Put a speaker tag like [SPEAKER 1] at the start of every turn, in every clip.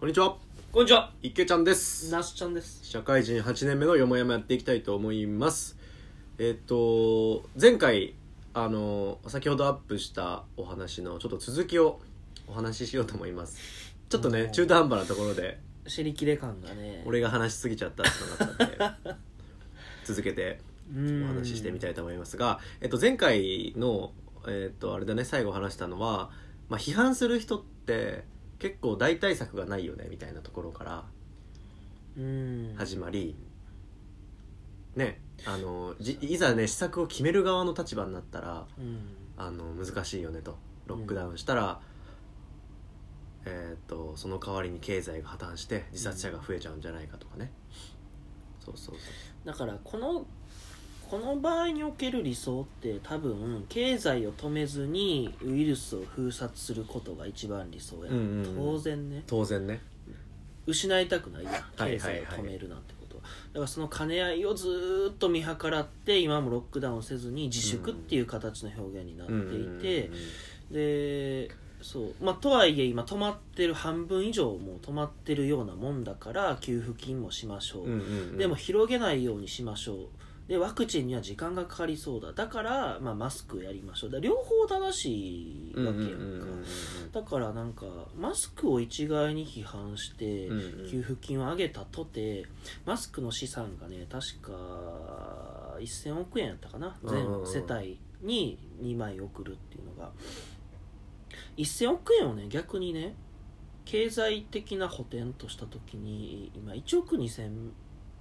[SPEAKER 1] こんにちは
[SPEAKER 2] こんにちは。
[SPEAKER 1] いっけちゃんです
[SPEAKER 2] なすちゃんです。
[SPEAKER 1] 社会人8年目のよもやもやっていきたいと思いますえっと前回あの先ほどアップしたお話のちょっと続きをお話ししようと思いますちょっと
[SPEAKER 2] お
[SPEAKER 1] ね
[SPEAKER 2] ー
[SPEAKER 1] 中途半端なところで
[SPEAKER 2] 知りきれ感がね。
[SPEAKER 1] 俺が話しすぎちゃったってのがあ ったんで続けて
[SPEAKER 2] うん、
[SPEAKER 1] お話ししてみたいと思いますが、えっと、前回の、えっと、あれだね最後話したのは、まあ、批判する人って結構大対策がないよねみたいなところから
[SPEAKER 2] うん。
[SPEAKER 1] 始まり、ねあのじいざね施策を決める側の立場になったら
[SPEAKER 2] うん。
[SPEAKER 1] あの難しいよねとロックダウンしたら、えっとその代わりに経済が破綻して自殺者が増えちゃうんじゃないかとかね、そうそうそ
[SPEAKER 2] だからこのこの場合における理想って多分経済を止めずにウイルスを封殺することが一番理想や、
[SPEAKER 1] う、うんうん
[SPEAKER 2] 当然ね
[SPEAKER 1] 当然ね
[SPEAKER 2] 失いたくないやん
[SPEAKER 1] はい
[SPEAKER 2] 経済を止めるなんてことは、だからその兼ね合いをずーっと見計らって今もロックダウンせずに自粛っていう形の表現になっていて、
[SPEAKER 1] うんうんうんうん
[SPEAKER 2] でそうまあ、とはいえ今止まってる半分以上もう止まってるようなもんだから給付金もしましょう、
[SPEAKER 1] うんうんうん
[SPEAKER 2] でも広げないようにしましょうでワクチンには時間がかかりそうだだから、まあ、マスクやりましょうだ両方正しい
[SPEAKER 1] うんう
[SPEAKER 2] わ
[SPEAKER 1] ん
[SPEAKER 2] け
[SPEAKER 1] う
[SPEAKER 2] やん
[SPEAKER 1] ん
[SPEAKER 2] か、
[SPEAKER 1] うん
[SPEAKER 2] だからなんかマスクを一概に批判して、
[SPEAKER 1] うんうん
[SPEAKER 2] 給付金を上げたとてマスクの資産がね確か1000億円やったかな
[SPEAKER 1] うんうんうん
[SPEAKER 2] 全世帯に2枚送るっていうのが1000億円をね逆にね経済的な補填とした時に今1億2000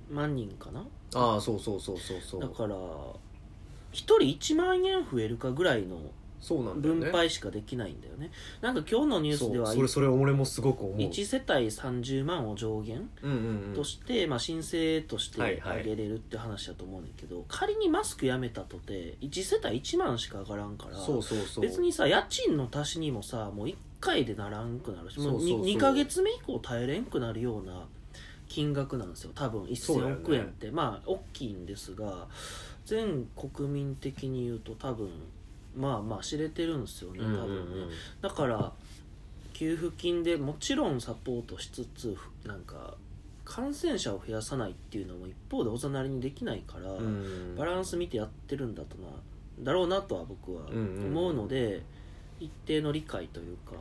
[SPEAKER 2] 万人かな
[SPEAKER 1] ああそうそうそうそうそ
[SPEAKER 2] だ
[SPEAKER 1] う
[SPEAKER 2] から1人1万円増えるかぐらいの
[SPEAKER 1] そうなんだよね
[SPEAKER 2] 分配しかできないんだよねなんか今日のニュースでは
[SPEAKER 1] そうそれそれ俺もすごく思う
[SPEAKER 2] 1世帯30万を上限
[SPEAKER 1] うんうんう
[SPEAKER 2] と
[SPEAKER 1] ん
[SPEAKER 2] して、まあ、申請として
[SPEAKER 1] はいはい
[SPEAKER 2] あげれるって話だと思うねんだけど、仮にマスクやめたとて1世帯1万しか上がらんから
[SPEAKER 1] そうそうそう
[SPEAKER 2] 別にさ家賃の足しにもさもう1回でならんくなるしもう
[SPEAKER 1] そうそうそう
[SPEAKER 2] 2, ヶ月目以降耐えれんくなるような金額なんですよ多分
[SPEAKER 1] そうだよ
[SPEAKER 2] 1000
[SPEAKER 1] ね
[SPEAKER 2] 億円って、まあ大きいんですが全国民的に言うと多分まあまあ知れてるんですよね
[SPEAKER 1] う
[SPEAKER 2] 多
[SPEAKER 1] んう
[SPEAKER 2] 分
[SPEAKER 1] ん
[SPEAKER 2] ね。
[SPEAKER 1] うん
[SPEAKER 2] だから給付金でもちろんサポートしつつなんか感染者を増やさないっていうのも一方でおざなりにできないから、
[SPEAKER 1] うん
[SPEAKER 2] バランス見てやってるんだとなだろうなとは僕は
[SPEAKER 1] うんうん
[SPEAKER 2] 思うので、一定の理解というか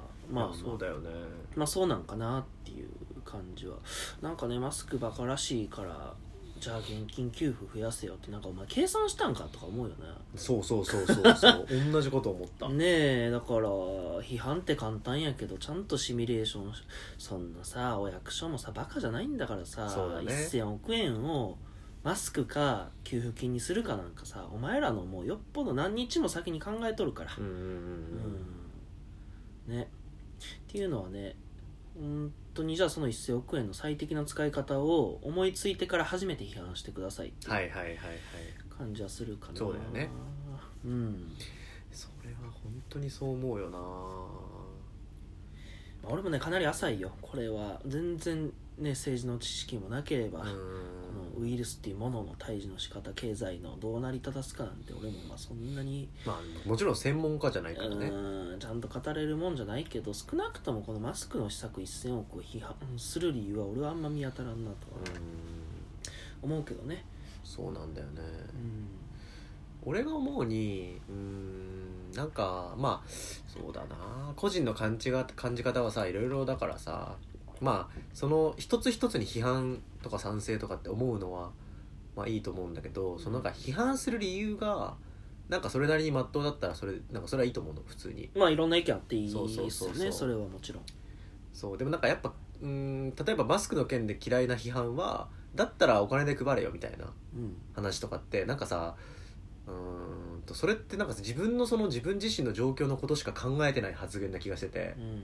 [SPEAKER 1] い
[SPEAKER 2] まあ、ま
[SPEAKER 1] や
[SPEAKER 2] あ、
[SPEAKER 1] そうだよね
[SPEAKER 2] まあそうなんかなっていう感じはなんかねマスクバカらしいからじゃあ現金給付増やせよってなんかお前計算したんかとか思うよね
[SPEAKER 1] そうそうそうそうそう 同じこと思った
[SPEAKER 2] ねえだから批判って簡単やけどちゃんとシミュレーションしそんなさお役所もさバカじゃないんだからさ、
[SPEAKER 1] そうだね
[SPEAKER 2] 1000億円をマスクか給付金にするかなんかさお前らのもうよっぽど何日も先に考えとるから
[SPEAKER 1] うんうん
[SPEAKER 2] うんねっていうのはね本当にじゃあその1000億円の最適な使い方を思いついてから初めて批判してくださいって
[SPEAKER 1] うん
[SPEAKER 2] いう
[SPEAKER 1] はいはいはいはい
[SPEAKER 2] 感じはするかな
[SPEAKER 1] そうだよね
[SPEAKER 2] うん
[SPEAKER 1] それは本当にそう思うよな
[SPEAKER 2] まあ俺もねかなり浅いよこれは全然ね政治の知識もなければ、
[SPEAKER 1] う
[SPEAKER 2] こ
[SPEAKER 1] ん
[SPEAKER 2] のウイルスっていうものの退治の仕方経済のどう成り立たすかなんて俺もまあそんなに、
[SPEAKER 1] まあもちろん専門家じゃないからね
[SPEAKER 2] うんちゃんと語れるもんじゃないけど少なくともこのマスクの施策1000億を批判する理由は俺はあんま見当たらんなとは
[SPEAKER 1] うん
[SPEAKER 2] 思うけどね、
[SPEAKER 1] そうなんだよね
[SPEAKER 2] うん
[SPEAKER 1] 俺が思うにうーんなんかまあそうだな個人の感じが感じ方はさいろいろだからさまあその一つ一つに批判とか賛成とかって思うのはまあいいと思うんだけどそのなんか批判する理由がなんかそれなりに真っ当だったらそれなんかそれはいいと思うの普通に
[SPEAKER 2] まあいろんな意見あっていいですよね
[SPEAKER 1] そ
[SPEAKER 2] そう
[SPEAKER 1] そうそうそう
[SPEAKER 2] れはもちろん
[SPEAKER 1] そうでもなんかやっぱうーん例えばマスクの件で嫌いな批判はだったらお金で配れよみたいな
[SPEAKER 2] うん
[SPEAKER 1] 話とかってなんかさうーんとそれってなんか自分のその自分自身の状況のことしか考えてない発言な気がしてて
[SPEAKER 2] うん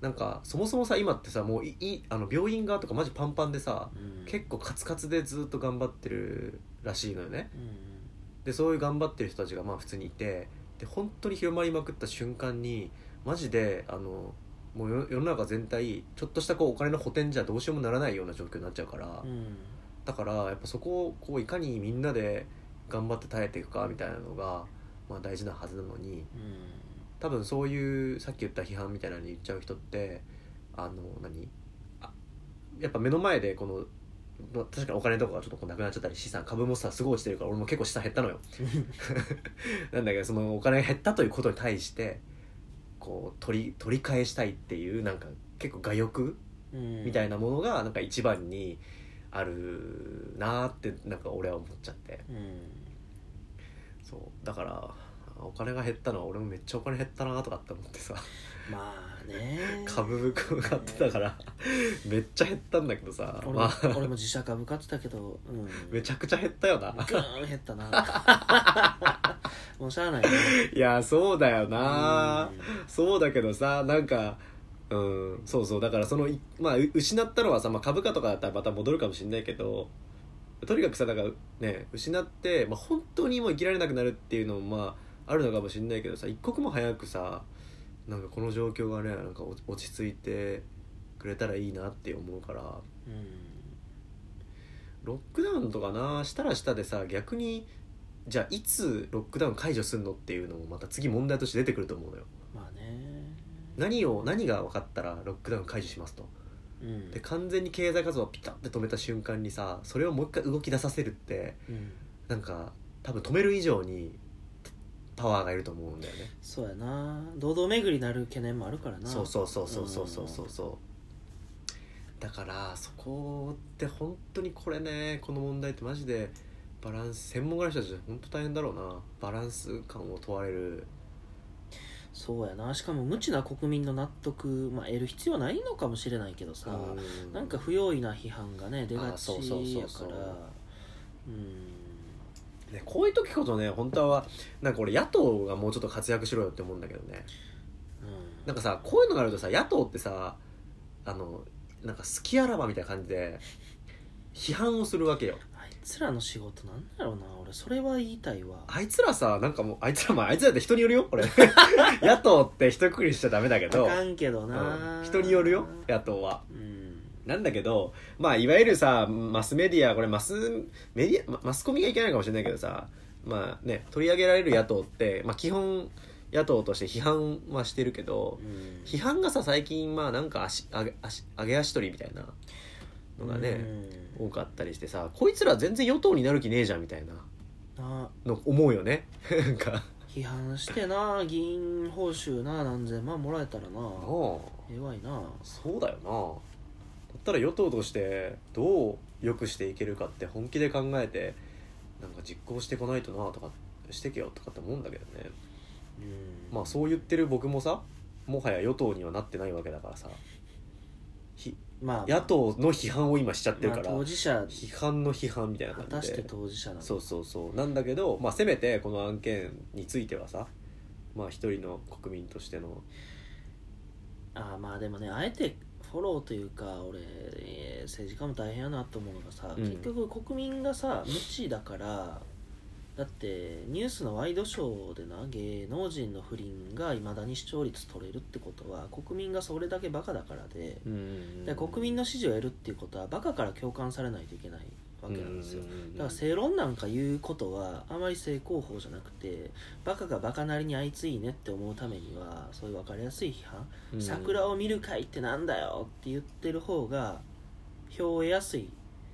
[SPEAKER 1] なんかそもそもさ今ってさもういいあの病院側とかマジパンパンでさ
[SPEAKER 2] うんうん
[SPEAKER 1] 結構カツカツでずっと頑張ってるらしいのよね
[SPEAKER 2] うん
[SPEAKER 1] でそういう頑張ってる人たちがまあ普通にいてで本当に広まりまくった瞬間にマジであのもう世世の中全体ちょっとしたこうお金の補填じゃどうしようもならないような状況になっちゃうから
[SPEAKER 2] うんうん
[SPEAKER 1] だからやっぱそこをこういかにみんなで頑張って耐えていくかみたいなのが、まあ、大事なはずなのに
[SPEAKER 2] うん
[SPEAKER 1] 多分そういうさっき言った批判みたいなのに言っちゃう人ってあの何あやっぱ目の前でこのまあ確かにお金とかがちょっとこうなくなっちゃったり資産株もさすごい落ちてるから俺も結構資産減ったのよなんだけどそのお金が減ったということに対してこう取り取り返したいっていうなんか結構我欲みたい
[SPEAKER 2] な、
[SPEAKER 1] なものがなんか一番にあるなーってなんか俺は思っちゃって
[SPEAKER 2] うん、
[SPEAKER 1] そうだからあお金が減ったのは俺もめっちゃお金減ったなーとかって思ってさ
[SPEAKER 2] まあね
[SPEAKER 1] 株買ってたからめっちゃ減ったんだけどさ
[SPEAKER 2] 俺も
[SPEAKER 1] まあ
[SPEAKER 2] 俺も自社株買ってたけど、うん、
[SPEAKER 1] めちゃくちゃ減ったよな
[SPEAKER 2] グーン 減ったなもうしゃあないね
[SPEAKER 1] いやそうだよなー、
[SPEAKER 2] うん
[SPEAKER 1] そうだけどさなんかうんそうそうだからそのいまあう失ったのはさ、まあ、株価とかだったらまた戻るかもしれないけどとにかくさだからね失って、まあ、本当にもう生きられなくなるっていうのもまああるのかもしれないけどさ一刻も早くさなんかこの状況がねなんか落落ち着いてくれたらいいなって思うから
[SPEAKER 2] うん
[SPEAKER 1] ロックダウンとかなしたらしたでさ逆にじゃあいつロックダウン解除すんのっていうのもまた次問題として出てくると思うのよ。
[SPEAKER 2] まあね
[SPEAKER 1] 何を何が分かったらロックダウン解除しますと
[SPEAKER 2] うん
[SPEAKER 1] で完全に経済活動をピタッて止めた瞬間にさそれをもう一回動き出させるって
[SPEAKER 2] うん
[SPEAKER 1] なんか多分止める以上にパワーがいると思うんだよね
[SPEAKER 2] そうやな堂々巡りなる懸念もあるからな
[SPEAKER 1] そうそうそうそうそうそうそうそうだからそこって本当にこれねこの問題ってマジでバランス専門家の人たち本当大変だろうなバランス感を問われる
[SPEAKER 2] そうやなしかも無知な国民の納得、まあ、得る必要はないのかもしれないけどさ、
[SPEAKER 1] うん
[SPEAKER 2] なんか不用意な批判がね出が
[SPEAKER 1] あ
[SPEAKER 2] ちや
[SPEAKER 1] そうそうそうそう
[SPEAKER 2] からうん
[SPEAKER 1] ね、こういう時こそね本当はなんか俺野党がもうちょっと活躍しろよって思うんだけどね
[SPEAKER 2] うん
[SPEAKER 1] なんかさこういうのがあるとさ野党ってさあのなんか隙あらばみたいな感じで批判をするわけよ
[SPEAKER 2] あいつらの仕事なんだろうな俺それは言いたいわ
[SPEAKER 1] あいつらさなんかもうあいつらまああいつらって人によるよこれ野党って一括りしちゃダメだけ
[SPEAKER 2] あ
[SPEAKER 1] ど、
[SPEAKER 2] かんけどな、
[SPEAKER 1] うん人によるよ野党は
[SPEAKER 2] うん
[SPEAKER 1] なんだけどまあいわゆるさマスメディアこれマスメディアママスコミがいけないかもしれないけどさまあね取り上げられる野党って、まあ、基本野党として批判はしてるけど
[SPEAKER 2] うん
[SPEAKER 1] 批判がさ最近まあなんか足上げ足上げ足取りみたいなのがね、
[SPEAKER 2] うん
[SPEAKER 1] 多かったりしてさこいつら全然与党になる気ねえじゃんみたいな
[SPEAKER 2] な
[SPEAKER 1] の思うよね なんか
[SPEAKER 2] 批判してな議員報酬な何千万もらえたら
[SPEAKER 1] あ
[SPEAKER 2] な
[SPEAKER 1] あ
[SPEAKER 2] 弱いな
[SPEAKER 1] そうだよなだったら与党としてどう良くしていけるかって本気で考えてなんか実行していかないとなとかしてけよとかって思うんだけどね
[SPEAKER 2] うん
[SPEAKER 1] まあそう言ってる僕もさもはや与党にはなってないわけだからさひ
[SPEAKER 2] まあ
[SPEAKER 1] 野党の批判を今しちゃってるから、
[SPEAKER 2] まあ当事者
[SPEAKER 1] 批判の批判みたいな
[SPEAKER 2] 果
[SPEAKER 1] 感じで
[SPEAKER 2] たして当事者なの
[SPEAKER 1] そうそうそうなんだけど、まあ、せめてこの案件についてはさまあ一人の国民としての
[SPEAKER 2] ああまあでもねあえてフォローというか俺えー政治家も大変やなと思うのがさ、
[SPEAKER 1] うん
[SPEAKER 2] 結局国民がさ無知だからだってニュースのワイドショーでな芸能人の不倫がいまだに視聴率取れるってことは国民がそれだけバカだからでで国民
[SPEAKER 1] の
[SPEAKER 2] の支持を得るっていうことはバカから共感されないといけないわけなんですよだから
[SPEAKER 1] か
[SPEAKER 2] 正論なんか言うことはあまり正攻法じゃなくてバカがバカなりにあいついいねって思うためにはそういう分かりやすい批判桜を見る会ってなんだよって言ってる方が票を得やすい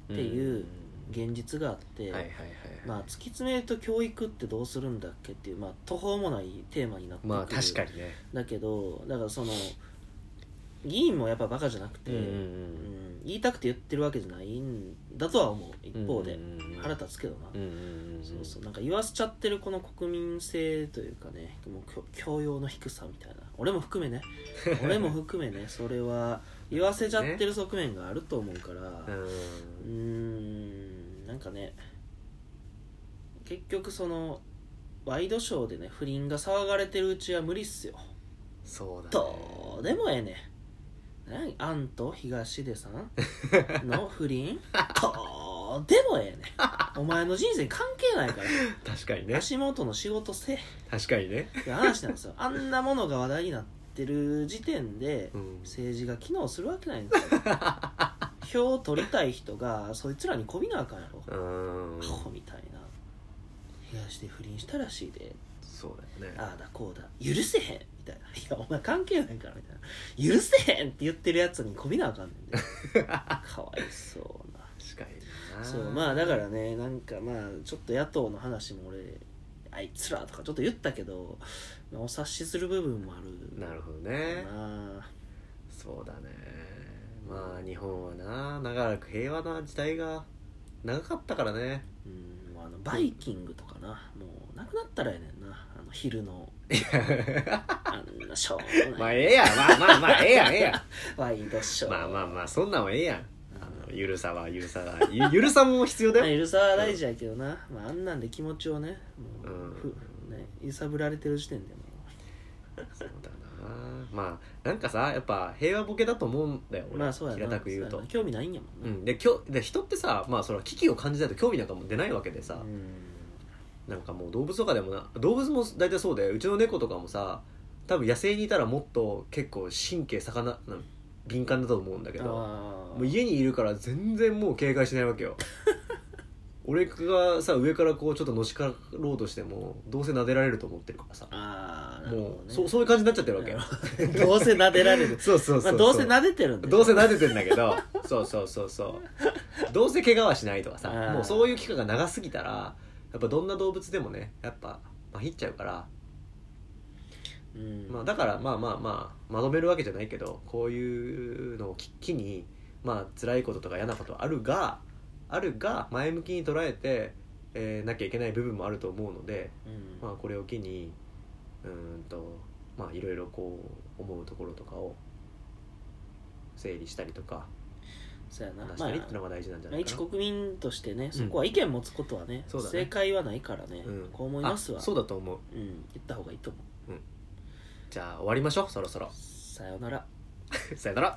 [SPEAKER 1] て
[SPEAKER 2] いう現実があって、
[SPEAKER 1] はいはいはいはい
[SPEAKER 2] まあ、突き詰めると教育ってどうするんだっけっていう、まあ、途方もないテーマになってくる
[SPEAKER 1] まあ確かにね
[SPEAKER 2] だけどだからその議員もやっぱバカじゃなくて、
[SPEAKER 1] うんうん
[SPEAKER 2] うん言いたくて言ってるわけじゃないんだとは思う一方で
[SPEAKER 1] うんうんうん
[SPEAKER 2] 腹立つけどな、
[SPEAKER 1] うんうんうん
[SPEAKER 2] そうそうなんか言わせちゃってるこの国民性というかねもう教教養の低さみたいな俺も含めね俺も含めねそれは言わせちゃってる側面があると思うから、うーんなんかね結局そのワイドショーでね不倫が騒がれてるうちは無理っすよ
[SPEAKER 1] そうだ
[SPEAKER 2] どうでもええねん何アンと東出さんの不倫どうでもええねんお前の人生に関係ないから
[SPEAKER 1] 確かにね
[SPEAKER 2] 足元の仕事せえ
[SPEAKER 1] 確かにね
[SPEAKER 2] って話なんで すよあんなものが話題になってる時点で
[SPEAKER 1] うん
[SPEAKER 2] 政治が機能するわけないん ですよ票を取りたい人がそいつらに媚びなあかんやろ
[SPEAKER 1] うん
[SPEAKER 2] アホみたいな東で不倫したらしいで
[SPEAKER 1] そうだよね
[SPEAKER 2] ああだこうだ許せへんみたいな「いやお前関係ないから」みたいな「許せへん!」って言ってるやつにこびなあかんねん でかわいそうな
[SPEAKER 1] 確かにな
[SPEAKER 2] そうまあだからねなんかまあちょっと野党の話も俺あいつらとかちょっと言ったけど、まあ、お察しする部分もある
[SPEAKER 1] なるほどね
[SPEAKER 2] なあ
[SPEAKER 1] そうだねまあ日本はな長らく平和な時代が長かったからね
[SPEAKER 2] うんもうあのバイキングとかなもうなくなったらやねんなあの昼のあんなしょうも
[SPEAKER 1] まあ
[SPEAKER 2] ない
[SPEAKER 1] ええやまあまあまあええやんええや ん
[SPEAKER 2] ワイドショー
[SPEAKER 1] まあまあまあそんなんはええやんあのゆるさはゆるさはゆゆるさも必要だ
[SPEAKER 2] まあ
[SPEAKER 1] よ
[SPEAKER 2] 許さは大事やけどな、まあ、あんなんで気持ちをねもう、
[SPEAKER 1] うん
[SPEAKER 2] ふね揺さぶられてる時点でも
[SPEAKER 1] そうだなまあなんかさやっぱ平和ボケだと思うんだよ
[SPEAKER 2] う
[SPEAKER 1] 俺、
[SPEAKER 2] まあそうやな
[SPEAKER 1] 平たく言う
[SPEAKER 2] そ
[SPEAKER 1] と
[SPEAKER 2] やな興味ないんやもん
[SPEAKER 1] う
[SPEAKER 2] な、
[SPEAKER 1] ん、できょで人ってさ、まあ、それは危機を感じないと興味なんかも出ないわけでさ、なんかもう動物とかでもな動物も大体そうでうちの猫とかもさ多分野生にいたらもっと結構神経魚な敏感だと思うんだけ
[SPEAKER 2] あ
[SPEAKER 1] ども
[SPEAKER 2] あ
[SPEAKER 1] う家にいるから全然もう警戒しないわけ よ俺がさ上からこうちょっとのしかろうとしてもどうせ撫でられると思ってるからさ
[SPEAKER 2] ああなるほ
[SPEAKER 1] も
[SPEAKER 2] ど
[SPEAKER 1] う
[SPEAKER 2] ね
[SPEAKER 1] そうそういう感じになっちゃってるわけよ
[SPEAKER 2] どうせ撫でられる
[SPEAKER 1] そうそうそう
[SPEAKER 2] ま
[SPEAKER 1] そ
[SPEAKER 2] あ
[SPEAKER 1] う
[SPEAKER 2] どうせ撫でてるんだよ
[SPEAKER 1] どうせ撫でてんだけどそうそうそうそうどうせ怪我はしないとかさ
[SPEAKER 2] あー
[SPEAKER 1] もうそういう期間が長すぎたらやっぱどんな動物でもねやっぱまひっちゃうから、
[SPEAKER 2] うん
[SPEAKER 1] まあ、だからまあまあまあまとめるわけじゃないけどこういうのをき機にまあ辛いこととか嫌なことはあるがあるが前向きに捉えて、えーなきゃいけない部分もあると思うので、
[SPEAKER 2] うん
[SPEAKER 1] まあ、これを機にうーんとまあいろいろこう思うところとかを整理したりとか
[SPEAKER 2] そうやな
[SPEAKER 1] 話し
[SPEAKER 2] まあ
[SPEAKER 1] たりってのが大事なんじゃ
[SPEAKER 2] まあ
[SPEAKER 1] ないか
[SPEAKER 2] 一
[SPEAKER 1] な、
[SPEAKER 2] 国民としてねそこは意見持つことはね,、
[SPEAKER 1] そうだね
[SPEAKER 2] 正解はないからね、
[SPEAKER 1] うん
[SPEAKER 2] こう思いますわ
[SPEAKER 1] あそうだと思う
[SPEAKER 2] うん、言った方がいいと思う
[SPEAKER 1] じゃあ終わりましょうそろそろ
[SPEAKER 2] さようなら
[SPEAKER 1] さよなら